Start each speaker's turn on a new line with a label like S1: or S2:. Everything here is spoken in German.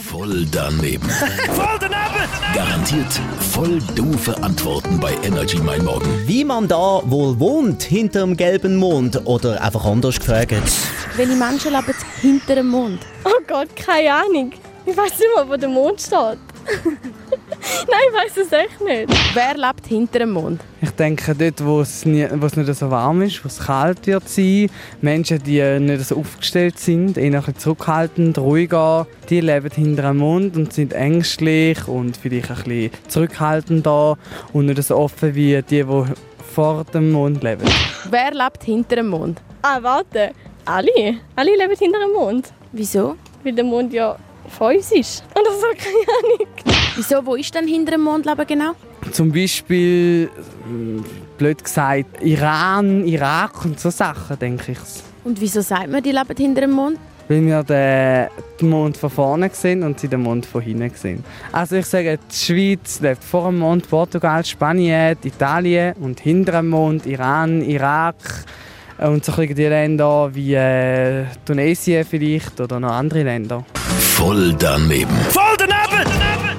S1: Voll daneben. Garantiert voll doofe Antworten bei Energy Mein Morgen.
S2: Wie man da wohl wohnt, hinterm gelben Mond oder einfach anders gefragt.
S3: Welche Menschen leben hinter dem Mond?
S4: Oh Gott, keine Ahnung. Ich weiß nicht mal, wo der Mond steht. Nein, ich weiß es echt nicht.
S3: Wer lebt hinter dem Mond?
S5: Ich denke, dort, wo es nie- wo es nicht so warm ist, wo es kalt wird sein, Menschen, die äh, nicht so aufgestellt sind, eher ein bisschen zurückhaltend, ruhiger, die leben hinter dem Mond und sind ängstlich und vielleicht ein bisschen zurückhaltender und nicht so offen wie die, die vor dem Mond leben.
S3: Wer lebt hinter dem Mond?
S4: Ah, warte. Alle. Alle leben hinter dem Mond.
S3: Wieso?
S4: Weil der Mond ja von uns ist. Und das hat keine Ahnung.
S3: Wieso? Wo ist denn hinter dem Mond leben genau?
S5: Zum Beispiel, mh, blöd gesagt, Iran, Irak und so Sachen, denke ich.
S3: Und wieso sagt man, die leben hinter dem Mond?
S5: Weil wir den den Mond von vorne sehen und sie den Mond von hinten sehen. Also ich sage, die Schweiz lebt vor dem Mond, Portugal, Spanien, Italien und hinter dem Mond Iran, Irak äh, und so ein bisschen die Länder wie äh, Tunesien vielleicht oder noch andere Länder.
S1: Voll daneben.
S6: Voll daneben!